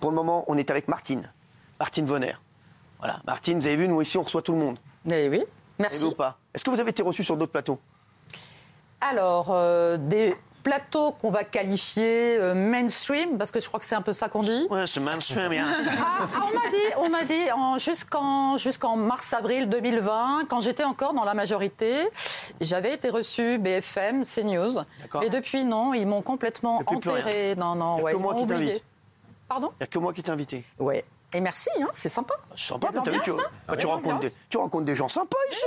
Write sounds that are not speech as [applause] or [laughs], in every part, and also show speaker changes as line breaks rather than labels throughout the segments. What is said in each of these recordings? Pour le moment, on est avec Martine. Martine Vonner. Voilà. Martine, vous avez vu, nous ici, on reçoit tout le monde.
Mais oui, merci.
Eh bien, ou pas. Est-ce que vous avez été reçu sur d'autres plateaux
Alors, euh, des plateaux qu'on va qualifier euh, mainstream, parce que je crois que c'est un peu ça qu'on dit.
Ouais, c'est mainstream, [laughs] hein.
Ah, ah, on m'a dit, on m'a dit en- jusqu'en jusqu'en mars-avril 2020, quand j'étais encore dans la majorité, j'avais été reçue BFM, CNews.
D'accord.
Et depuis, non, ils m'ont complètement
Depuis, plus
enterré. Non,
Y
non,
a
ouais,
que
ils
moi
m'ont
qui t'invite.
oublié. Pardon
Il n'y a que moi qui t'ai invité.
Ouais. Et merci, hein, c'est sympa.
C'est sympa,
Il y a de
t'as vu, tu,
l'ambiance, hein
bah, tu
Il y a de
rencontres des,
l'ambiance.
tu rencontres des gens sympas ici.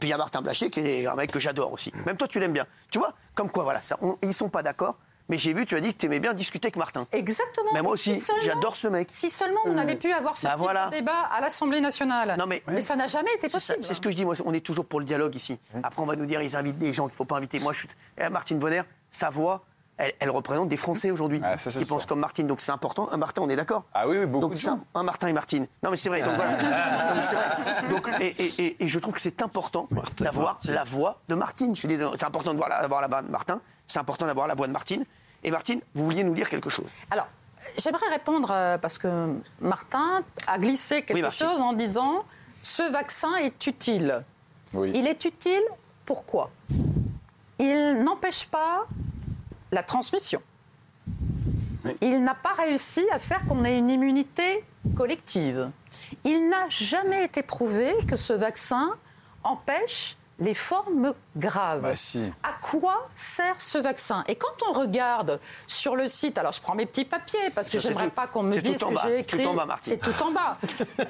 Puis il y a Martin Blachier qui est un mec que j'adore aussi. Même toi, tu l'aimes bien. Tu vois, comme quoi, voilà, ça, on- ils sont pas d'accord. Mais j'ai vu, tu as dit que tu aimais bien discuter avec Martin.
Exactement.
Mais moi
Si
aussi,
seulement-
j'adore ce mec.
Si seulement on avait pu avoir ce
bah
type
voilà.
de débat à l'Assemblée nationale.
Non, mais-
ça n'a jamais été
C'est ça,
possible. hein.
c'est ce que je dis, moi, on est toujours pour le dialogue ici. Après, on va nous dire, ils invitent des gens qu'il ne faut pas inviter. Moi, je suis. Eh, Martine Bonner, sa voix, elle, elle représente des Français aujourd'hui.
Ah, ça, c'est
Ils pensent
sûr.
comme Martine, donc c'est important. Un Martin, on est d'accord
Ah oui, oui, beaucoup
Donc,
de
ça,
gens.
un Martin et Martine. Non, mais c'est vrai, donc voilà.
[laughs]
Non, mais c'est vrai. Donc, et, et- et- et je trouve que c'est important d'avoir la voix de Martine. Je suis désolé, c'est important d'avoir la, d'avoir la voix de Martin, c'est important d'avoir la voix de Martine. Et Martine, vous vouliez nous dire quelque chose
Alors, j'aimerais répondre euh, parce que Martin a glissé
Oui,
quelque
Martine.
chose en disant ce vaccin est utile.
Oui.
Il est utile pourquoi Il n'empêche pas la transmission. Il n'a pas réussi à faire qu'on ait une immunité collective. Il n'a jamais été prouvé que ce vaccin empêche les formes graves.
Bah si.
À quoi sert ce vaccin Et quand on regarde sur le site, alors je prends mes petits papiers parce que
Ça, c'est
j'aimerais
tout-
pas qu'on me
c'est tout
dise
en
que
bas,
j'ai
c'est tout
écrit.
en bas, Martine.
C'est tout
[laughs]
en bas.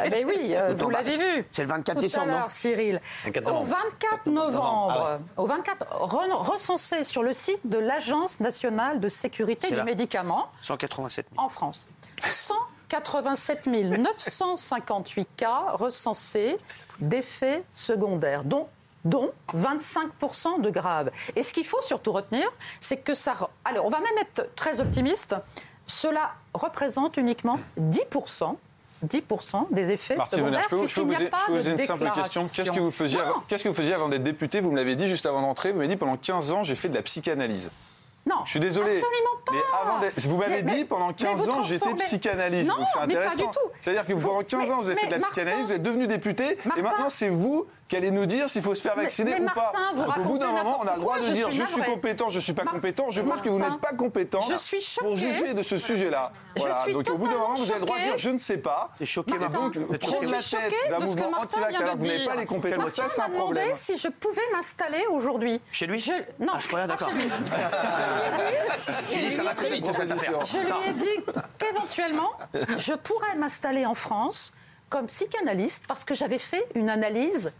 Eh ben oui, euh,
Tout en
vous
bas.
l'avez vu.
C'est le 24
Tout à
décembre, non
l'heure, Cyril.
24
Au
novembre.
24
Ah
novembre, au 24, re- recensé sur le site de l'Agence nationale de sécurité
C'est
du
là.
médicament
187 000.
en France. 187 958 cas recensés d'effets secondaires, dont, dont 25% de graves. Et ce qu'il faut surtout retenir, c'est que ça... re- Allez, on va même être très optimiste. Cela représente uniquement 10%. 10% des effets
Martine
secondaires
Bonner, je peux vous, je
puisqu'il
peux vous
n'y a
poser,
pas
je peux
de
vous poser une simple
déclaration.
question. Qu'est-ce que vous faisiez
Non,
avant, qu'est-ce que vous faisiez avant d'être député Vous me l'avez dit juste avant d'entrer. Vous m'avez dit pendant 15 ans, j'ai fait de la psychanalyse.
Non,
Je suis désolé.
Absolument pas.
Mais avant d'être- vous m'avez
Mais- mais-
dit pendant
mais
15
vous
ans, j'étais
transformez-
psychanalyste.
Non,
donc c'est
mais pas
intéressant.
du tout.
C'est-à-dire que
Vous-
pendant 15 ans, vous avez
mais-
fait de la
mais
psychanalyse, vous
Martin-
êtes devenu député,
Martin-
et maintenant c'est vous qui allez nous dire s'il faut se faire
Mais-
vacciner
mais
ou
Martin,
pas.
vous
Donc, au bout
racontez
d'un moment, on a
n'importe
le droit
quoi,
de
je
dire
suis
je suis
navrée.
compétent, je suis pas
Mar-
compétent. Je pense que vous
Martin,
n'êtes pas compétent
je suis choquée.
pour juger de ce sujet-là.
Je
Voilà.
suis
Donc au bout d'un moment, vous avez le droit de
totalement
dire je ne sais pas.
T'es choqué,
Martin,
Martin,
Donc,
Vous êtes
je
choquée
prendre
suis
la
choquée
tête d'un
de ce que
mouvement
Martin
anti-vax
vient
alors
de
que vous n'avez
dire.
pas les compétences,
Martin
ça c'est un
m'a demandé
problème.
si je pouvais m'installer aujourd'hui.
Chez lui
Je- Non,
Ah, je croyais,
pas
d'accord.
chez
[laughs]
lui.
Tu dis, ça va très vite,
Proposition.
cette affaire.
Je lui ai dit qu'éventuellement, je pourrais m'installer en France comme psychanalyste parce que j'avais fait une analyse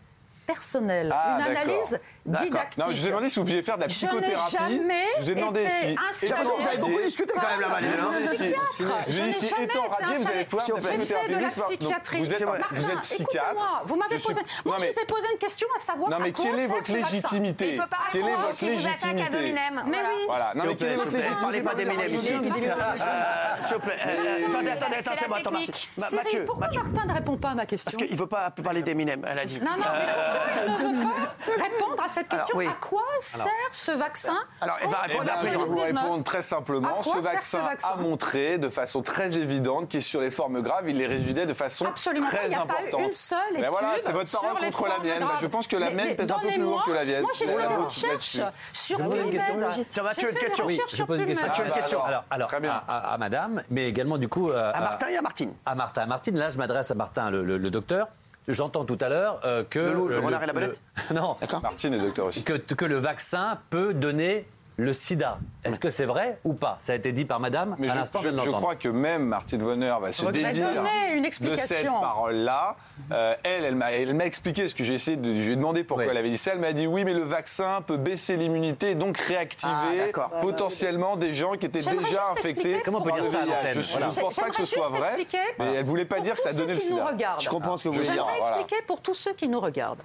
personnelle, une
Ah, d'accord.
analyse
D'accord.
didactique.
Non, je vous ai demandé si vous pouviez faire de la
Je n'ai
psychothérapie.
jamais
je vous ai demandé
été
si.
installée.
étant
Vous avez
radié-
beaucoup discuté quand même, là-bas, les deux, hein.
Je vous ai dit si-
Psychiatre.
Je
Je
vous ai dit si,
n'ai jamais
étant
été
radié, vous
installée.
allez pouvoir
Si on
faire de la
peut.
J'ai fait
psychothérapie.
de la
Maintenant,
psychiatrie.
Vous
Martin,
êtes, vous êtes
Écoutez-moi,
psychiatre.
vous m'avez
Je
posé. Moi,
suis- Non, mais-
je vous ai posé une question à savoir.
Non, mais
à quoi
quelle est
sert
votre
ce vaccin
légitimité
Il peut pas
Quelle est
répondre
votre
si vous attaquez à
légitimité
Dominem.
Mais oui.
Voilà. Non, mais
S'il vous
quelle est
plaît, s'il vous
votre
plaît,
légitimité
parlez pas d'Eminem ici.
Martin
Euh, S'il vous plaît, euh, attendez, attendez, attendez, c'est bon, attends, Martine.
technique.
Ma-
Cyril,
Mathieu,
pourquoi
Mathieu.
Martin ne répond pas à ma question
Parce qu'il ne veut pas parler d'Eminem, elle a dit.
Non, non,
Ah.
mais pourquoi il ne veut pas répondre à cette
Alors,
question
oui.
À quoi sert ce vaccin
Alors, elle va
contre
Eh
répondre
le
ben,
après,
je vais vous
Covid-19?
répondre très
À
simplement.
quoi
Ce
sert ce
vaccin,
vaccin
a montré de façon très évidente qu'il sur les formes graves, il les réduisait de façon
Absolument pas,
très
il n'y a
importante.
pas eu une seule étude.
Ben voilà, c'est votre
sur
parole
les
contre la
formes
mienne. Ben,
graves.
je pense que la
Mais-
mienne
mais
pèse un peu plus
donnez-moi-
lourd que la vienne.
Moi, j'ai
Voilà,
fait des
votre là-dessus.
recherches sur
Je vous pose une
PubMed.
question,
Tiens, Mathieu,
J'ai
une
fait des
question.
recherches
je
sur
pose une
PubMed.
question.
Mathieu, une
Ah, bah,
question.
Alors, alors,
Très bien.
À, à- à madame, mais également du coup euh,
À Ah, Martin et à Martine.
à Martin. Martine, là, je m'adresse à Martin, le, le- le docteur. J'entends tout à l'heure euh, que.
Le loup, le renard et la belette
[laughs] Non,
D'accord
Martine est docteur aussi.
que, que le vaccin peut donner le sida. Est-ce que c'est vrai ou pas Ça a été dit par madame
Mais
à
je,
l'instant,
je-
je viens de
je
l'entendre.
crois que même Martine Vonner va se
Je vais
dédire
donner une
de cette
explication.
parole-là. Euh, elle, elle m'a, elle m'a expliqué ce que j'ai essayé de, je lui ai demandé pourquoi
Oui.
elle avait dit ça. Elle m'a dit oui, mais le vaccin peut baisser l'immunité et donc réactiver
Ah, d'accord.
potentiellement des gens qui étaient
J'aimerais
déjà
juste
infectés.
expliquer Comment on peut
par
dire
le
ça à
VIH.
l'antenne
Je suis-
Voilà.
Je ne pense pas que ce
J'aimerais
soit
juste
vrai.
expliquer
Mais elle voulait pas
pour
dire que
tous
ça
ceux
donnait le
qui nous
sida.
regardent.
Je comprends ce que vous voulez
J'aimerais
dire.
Voilà.
expliquer pour tous ceux qui nous regardent.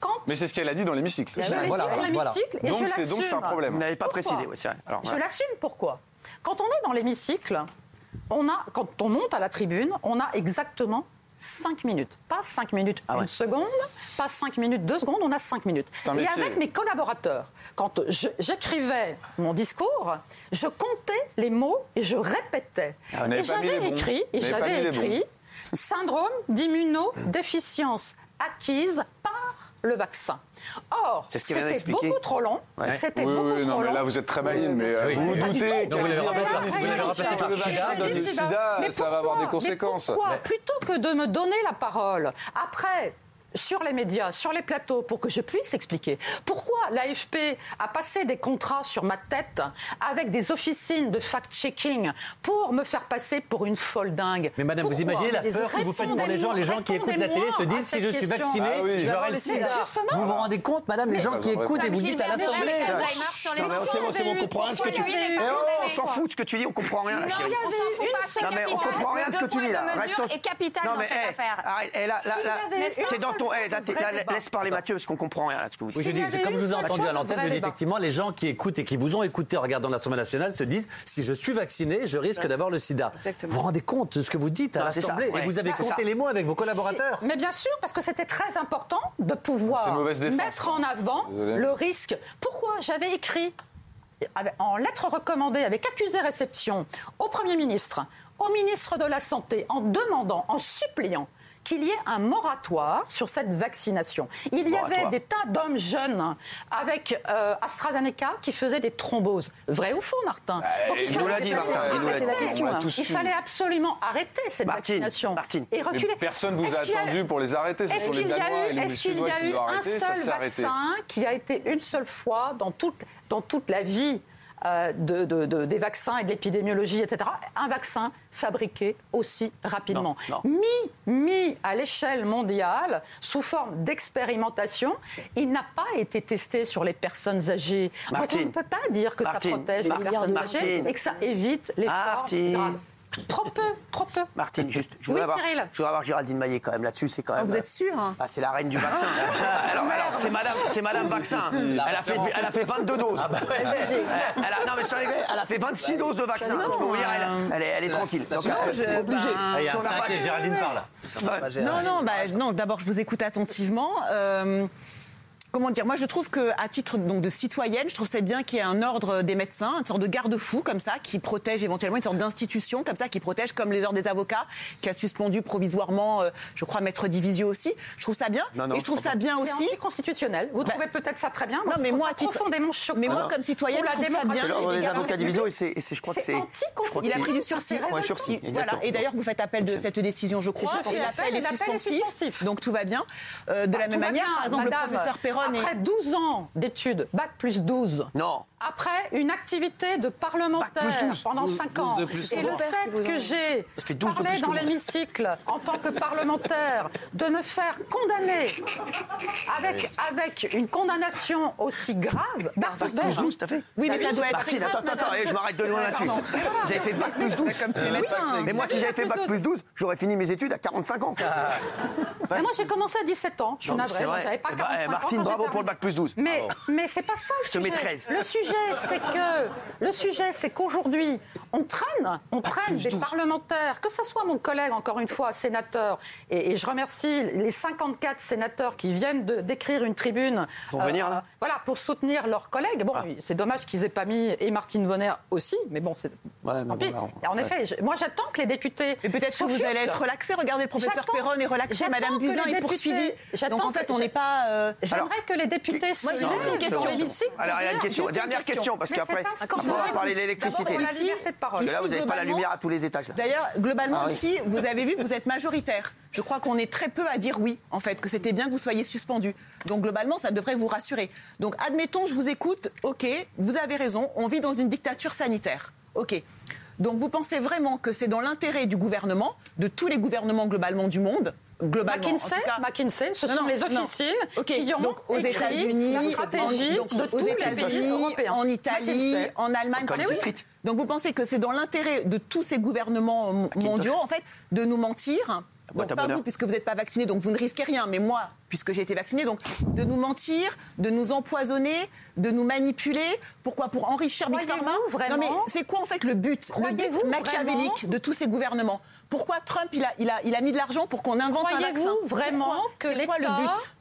Quand
Mais c'est ce qu'elle a dit dans l'hémicycle.
je l'ai
voilà,
dit dans
voilà.
l'hémicycle et je
Donc c'est
l'assume.
donc c'est un
Vous
problème.
n'avez pas
Pourquoi
précisé, oui, c'est vrai. Alors,
Je
voilà.
l'assume pourquoi Quand on est dans l'hémicycle, on a, quand on monte à la tribune, on a exactement 5 minutes. Pas 5 minutes
Ah ouais.
une seconde, pas 5 minutes 2 secondes, on a 5 minutes.
un
Et
métier.
avec mes collaborateurs, quand je- j'écrivais mon discours, je comptais les mots et je répétais.
Ah, vous n'avez
et
pas mis les
j'avais
bons.
écrit, et
Vous n'avez pas
j'avais
mis les bons.
écrit syndrome d'immunodéficience acquise par le vaccin. Or,
C'est ce qu'il vient
c'était
d'expliquer.
beaucoup trop long.
Ouais.
C'était
Oui,
beaucoup
oui,
trop
non, mais
long.
là, vous êtes très maline, mais euh,
Oui.
vous
Pas du
doutez
Donc, vous
qu'elle
l'avez
dise
remplacé
que
par- vous l'avez remplacé par
le sida
sida,
donne le
mais
sida,
Mais
ça va avoir
pourquoi
des
Mais
conséquences.
pourquoi Plutôt que de me donner la parole, après sur les médias, sur les plateaux, pour que je puisse expliquer pourquoi l'AFP a passé des contrats sur ma tête avec des officines de fact-checking pour me faire passer pour une folle dingue.
Mais madame, vous
Pourquoi
imaginez la peur que vous faites pour les gens. Les gens qui écoutent la télé se
Répondez-moi
disent si je
à
suis
cette question.
vacciné,
Ah oui.
Bah
j'aurai
Mais
le sida.
justement.
Vous vous rendez compte, madame, les gens qui
Comme
écoutent et vous
Gilles
dites à
Berger
l'Assemblée. euh,
avec Alzheimer sur les
Non, mais
soins,
c'est bon,
vous
c'est bon,
avez
on
eu-
comprend rien de ce que tu
vous
dis.
Euh,
avez eu
Mais
les
oh, on
pandémies,
s'en
quoi.
fout de ce que tu dis, on comprend rien.
Non,
la
il
chérie.
y avait eu une seule
Non, mais on comprend rien de ce que tu dis là. Reste
Reste
en-
et capital
Non,
dans
mais eh,
cette
hey,
affaire.
Arrête, hey, là, là,
S'il
là,
y avait
t'es
un
dans
seul
ton. hey,
vrai
là, t'es- là,
débat.
laisse parler Mathieu parce qu'on comprend rien là, de ce que vous dites.
Oui, je
S'il
dis,
y avait
comme
eu
je vous ai
ça,
entendu à
toi,
l'antenne,
le vrai
je dis
débat.
effectivement, les gens qui écoutent et qui vous ont écouté en regardant l'Assemblée nationale se disent si je suis vacciné, je risque d'avoir le sida.
Exactement.
Vous vous rendez compte de ce que vous dites à
Non, c'est ça,
l'Assemblée
ouais.
et vous avez
Bah, c'est
compté
ça.
les mots avec vos collaborateurs
Si- Mais bien sûr, parce que c'était très important de
C'est une
pouvoir
mauvaise défense,
mettre
hein.
en avant
Désolé.
le risque. Pourquoi j'avais écrit avec- en lettre recommandée avec accusé réception au Premier ministre, au ministre de la Santé, en demandant, en suppliant qu'il y ait un moratoire sur cette vaccination. Il y
Moratoire.
avait des tas d'hommes jeunes avec euh, AstraZeneca qui faisaient des thromboses. Vrai ou faux, Martin Donc,
il
nous
fallait
l'a dit,
absolument
Martin, Bah, il nous l'a
arrêter.
dit.
On l'a
tous
Il
su.
fallait absolument arrêter cette
Martine,
vaccination
Martine.
et
Mais
reculer.
personne vous a
Est-ce qu'il y a-
attendu pour les arrêter. Ce
est-ce
sont les
qu'il y
Danois et
a eu,
les
est-ce qu'il y
Suédois
a
qui
eu
l'ont
un
arrêté. Ça
seul
s'est arrêté.
vaccin qui a été une seule fois dans toute, dans toute la vie euh, de, de- de- des vaccins et de l'épidémiologie, etc., un vaccin fabriqué aussi rapidement,
Non,
mis, mis à l'échelle mondiale sous forme d'expérimentation, il n'a pas été testé sur les personnes âgées. Donc,
Martine.
on ne peut pas dire que
Martine.
ça protège
Martine.
les personnes
Martine.
âgées et que ça évite les
Martine.
formes graves. Trop peu, trop peu.
Martine, juste, je voudrais,
Oui,
avoir,
Cyril.
je voudrais avoir Géraldine Maillet quand même là-dessus, c'est quand même.
Vous êtes sûr hein Ah.
Ah, c'est la reine du vaccin. [laughs] alors, alors, c'est madame, c'est madame vaccin. Elle a fait, elle a fait 22 doses.
Ah, bah
elle, a, non, mais sans déconner, elle a fait 26 doses de vaccin.
Ah,
Je peux vous dire, elle, elle est, elle est tranquille. Donc, elle-
je-
obligée.
ben,
Ah, Il y a
Si
un
on n'a
cinq
pas-
et Géraldine parle.
Ouais.
Non, non, bah, non d'abord, je vous écoute attentivement. Euh, Comment dire Moi, je trouve que, à titre donc de citoyenne, je trouve c'est bien qu'il y ait un ordre des médecins, une sorte de garde-fou comme ça, qui protège éventuellement une sorte d'institution comme ça, qui protège comme les ordres des avocats, qui a suspendu provisoirement, euh, je crois, maître Divisio aussi. Je trouve ça bien.
Non, non,
et je trouve
pardon.
ça bien
C'est
aussi.
anticonstitutionnel. Vous trouvez peut-être ça très bien.
Non,
je
mais
trouve
moi,
ça
à titre-
profondément choquant.
Mais moi, comme citoyenne,
Pour la
je trouve ça
démocratie,
bien.
C'est l'ordre des
les
avocats
gardes-
divisaux et c'est, et c'est- je crois que
C'est
c'est.
anticonstitutionnel.
Il a pris du sursis.
C'est
Ouais,
révoltant.
sursis, exactement.
Voilà. Et d'ailleurs, vous faites appel de
Absolument.
cette décision, je crois.
C'est
et
suspensif.
l'appel est
L'appel est
suspensif.
suspensif. Bah,
Donc tout va bien. Euh, de la
Tout
même
va
manière,
bien,
par exemple,
madame.
le professeur Perron est.
Après 12 ans d'études, bac plus 12,
Non.
après une activité de parlementaire
Bac plus 12.
pendant 5 ans,
de plus
et le
qu'on
fait que j'ai
Ça fait 12 de
parlé
plus
dans
qu'on a.
l'hémicycle en tant que parlementaire, de me faire condamner avec, avec une condamnation aussi grave, bac plus 12,
Douze, tout à fait.
Oui, mais ça doit être.
Martine,
très
attends, attends,
grave,
attends,
madame. Euh,
eh, je m'arrête de loin là-dessus. Vous avez fait bac plus 12.
Comme tous les médecins.
Mais moi, si j'avais fait bac plus 12, j'aurais fini mes études à 45 ans.
Mais moi, j'ai commencé à 17 ans. Je suis
Non, mais c'est
navrée, donc
vrai.
j'avais pas
Eh ben,
45 ans.
Martine,
quand
bravo
j'ai
pour le
terminé.
bac plus 12.
Mais, mais c'est pas ça le
Ah te
sujet.
mets 13.
Le sujet, c'est que le sujet, c'est qu'aujourd'hui, on traîne, on traîne
plus
des
12.
parlementaires, que ce soit mon collègue, encore une fois, sénateur, et, et je remercie les 54 sénateurs qui viennent de- d'écrire une tribune. euh,
Pour venir, là Ah.
Voilà, pour soutenir leurs collègues. Bon, c'est dommage qu'ils aient pas mis et Martine Vonner aussi, mais bon, c'est.
Ouais, mais
tant
Ah bon,
pis.
là, on-
En effet, je- moi, j'attends que les députés.
Mais peut-être que vous
s'offusquent.
allez être relaxé. Regardez, le professeur
J'attends-
Perron est relaxé,
j'attends
Madame
que
Buzyn
les
est
députés-
poursuivie.
j'attends
Donc en fait,
que-
on n'est pas. euh,
J'aimerais que les députés se
Moi, j'ai juste une
lèvent
question.
dans l'hémicycle pour
Alors, il y a une
dire-
question.
Juste une
Dernière question,
question.
parce
Mais
qu'après,
c'est un
on
scandale.
va parler de
D'abord,
l'électricité.
on a la
Ici-
liberté de parole.
Parce que là,
Ici,
vous n'avez pas la
globalement-
lumière à tous les étages. là.
D'ailleurs, globalement
Ah oui.
aussi, vous avez vu que vous êtes majoritaire. Je crois qu'on est très peu à dire oui, en fait, que c'était bien que vous soyez suspendu. Donc globalement, ça devrait vous rassurer. Donc admettons, je vous écoute, ok, vous avez raison, on vit dans une dictature sanitaire. Ok. Donc vous pensez vraiment que c'est dans l'intérêt du gouvernement, de tous les gouvernements globalement du monde, globalement en
McKinsey,
tout cas,
McKinsey, ce
Non,
sont
non,
les
non.
officines
Ok,
qui ont
donc aux
écrit
États-Unis,
la stratégie
en- donc
de
aux
tous les pays
États-Unis,
européens.
en Italie,
McKinsey.
en Allemagne,
Encore
partout.
une petite.
Donc vous pensez que c'est dans l'intérêt de tous ces gouvernements euh, mondiaux, en fait, de nous mentir
Boîte
Donc,
à
pas
bonheur.
vous, puisque vous n'êtes pas vacciné, donc vous ne risquez rien, mais moi, puisque j'ai été vacciné, donc de nous mentir, de nous empoisonner, de nous manipuler, pourquoi Pour enrichir Big
Croyez-vous
Pharma
vraiment
Non, mais c'est quoi en fait le but Le but
Croyez-vous
machiavélique de tous ces gouvernements Pourquoi Trump, il a, il a, il a mis de l'argent pour qu'on invente un vaccin
Croyez-vous vraiment
Pourquoi
que
C'est quoi le
l'État-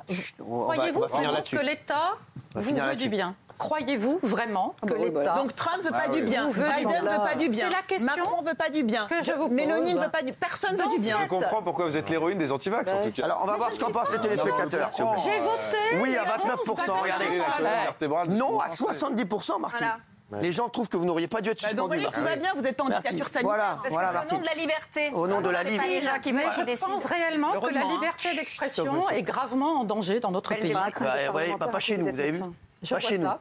but
Chut, on va- on
Croyez-vous
va finir
vraiment
là-dessus.
que l'État
va
vous
finir
veut
là-dessus.
du bien Croyez-vous vraiment
Ah
que
bah oui,
l'État...
Donc Trump veut
Ah
pas
oui.
du bien,
Vous veut du
Biden
bien.
veut pas du bien,
C'est la question
Macron veut pas du bien,
que je vous
Mélanie ne
pose.
veut pas du, personne veut
Dans
du
Je
bien.
cette-
comprends pourquoi vous êtes l'héroïne des antivax, en tout cas.
Alors, on va voir ce qu'en pensent les téléspectateurs. s'il vous plaît.
J'ai voté
euh, Oui, à
mais bon,
29%,
ça sert
regardez.
rien.
la colonne
Eh,
vertébrale de
Non, à
ce
70%, Martine. Les gens trouvent que vous n'auriez pas dû être
Bah, donc vous
suspendu.
voyez, tout
Ah
Martine.
va bien, vous n'êtes pas en
Martine,
dictature sanitaire.
Bah, Voilà,
Parce
voilà,
que c'est au nom
Martine. Bah,
de la liberté.
Au nom de la
C'est pas
liberté.
les gens qui
Mais
votent qui
je
décident.
pense réellement que la
Heureusement, hein.
liberté d'expression est gravement en danger dans notre
Belle
pays.
démocratie.
Bah,
des
vous voyez,
parlementaires
pas chez
qui
nous,
vous
vous avez vu
êtes
Je
Pas
vois
chez nous. Ah
ça.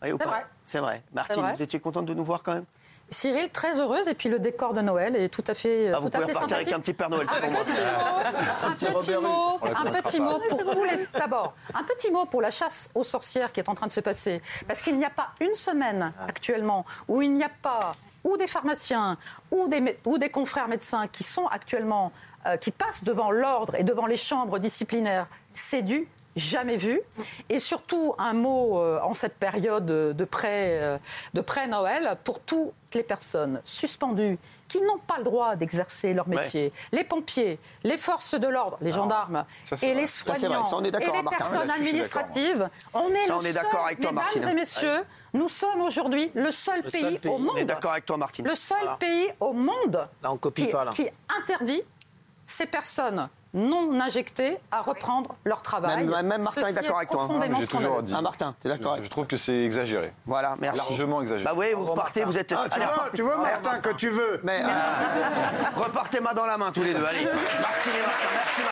Voyez ou
C'est
pas
vrai.
C'est vrai.
C'est
Martine,
vrai.
vous étiez contente de nous voir quand même
Cyril, très heureuse, et puis le décor de Noël est tout à fait, euh,
Ah, Vous
tout à
pouvez
fait
repartir avec
sympathique.
un petit Père Noël, c'est pour
[laughs]
moi.
Un petit
Robert
mot,
Rude.
un petit mot pour tous les. D'abord, un petit mot pour la chasse aux sorcières qui est en train de se passer, parce qu'il n'y a pas une semaine actuellement où il n'y a pas ou des pharmaciens ou des mé- ou des confrères médecins qui sont actuellement euh, qui passent devant l'ordre et devant les chambres disciplinaires. C'est du jamais vu. Et surtout, un mot euh, en cette période de pré, euh, de pré-Noël pour toutes les personnes suspendues qui n'ont pas le droit d'exercer leur métier. Les pompiers, les forces de l'ordre, les gendarmes
Ça, c'est
et
vrai.
les
Ah, Ça, c'est
soignants
vrai. Ça, on est
et
d'accord,
les
Martin.
Ah,
personnes
là-dessus, je suis d'accord,
administratives. On est,
Ça,
le
on est
seul,
d'accord avec toi,
mesdames
Martine.
et messieurs, nous sommes aujourd'hui le
Le
seul, pays,
seul pays.
au
On est
monde,
On est d'accord avec toi, Martine.
le seul
Voilà.
pays au monde
Là, on copie
qui,
pas, là.
qui interdit ces personnes non injectées
Ah
à reprendre leur travail.
Même- même Martin
Ceci
est d'accord avec toi. hein.
profondément
J'ai toujours
scandaleux.
dit.
Ah, Martin, t'es d'accord
Je
avec
trouve que c'est exagéré.
Voilà, merci.
Largement exagéré.
Bah oui, vous repartez, vous êtes.
Ah, tu,
allez,
vois,
repartez.
tu vois, euh, Martin, que tu veux.
Mais, euh, repartez main dans la main tous les deux. Allez, Martine et Martin, merci. Martin.